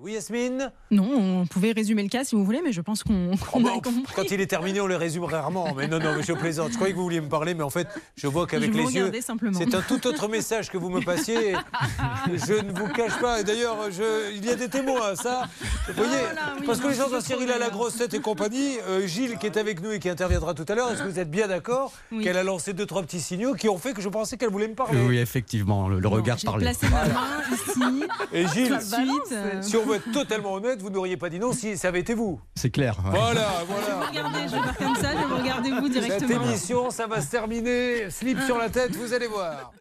Oui, Yasmine Non, on pouvait résumer le cas si vous voulez, mais je pense qu'on qu'on Oh, bah, a compris. Quand il est terminé, on le résume rarement. Mais non, non, mais je plaisante. Je croyais que vous vouliez me parler, mais en fait, je vois qu'avec Je vous les yeux, regardais simplement. c'est un tout autre message que vous me passiez. je ne vous cache pas. Et D'ailleurs, je- il y a des témoins, à ça. Vous voyez, Ah, voilà, oui, parce que non, les gens je dans trouve Cyril à la d'ailleurs. grosse tête et compagnie, euh, Gilles qui est avec nous et qui interviendra tout à l'heure, est-ce que vous êtes bien d'accord Oui. qu'elle a lancé deux, trois petits signaux qui ont fait que je pensais qu'elle voulait me parler Oui, effectivement, le, le Bon, regard J'ai parlait. placé ma main ici, Et tout Gilles, de suite. euh, si on veut être totalement honnête, vous n'auriez pas dit non si ça avait été vous. C'est clair. ouais. Voilà, voilà. Regardez, je vais faire comme ça, je vais vous regarder vous Cette directement. émission, ça va se terminer. Slip sur la tête, vous allez voir.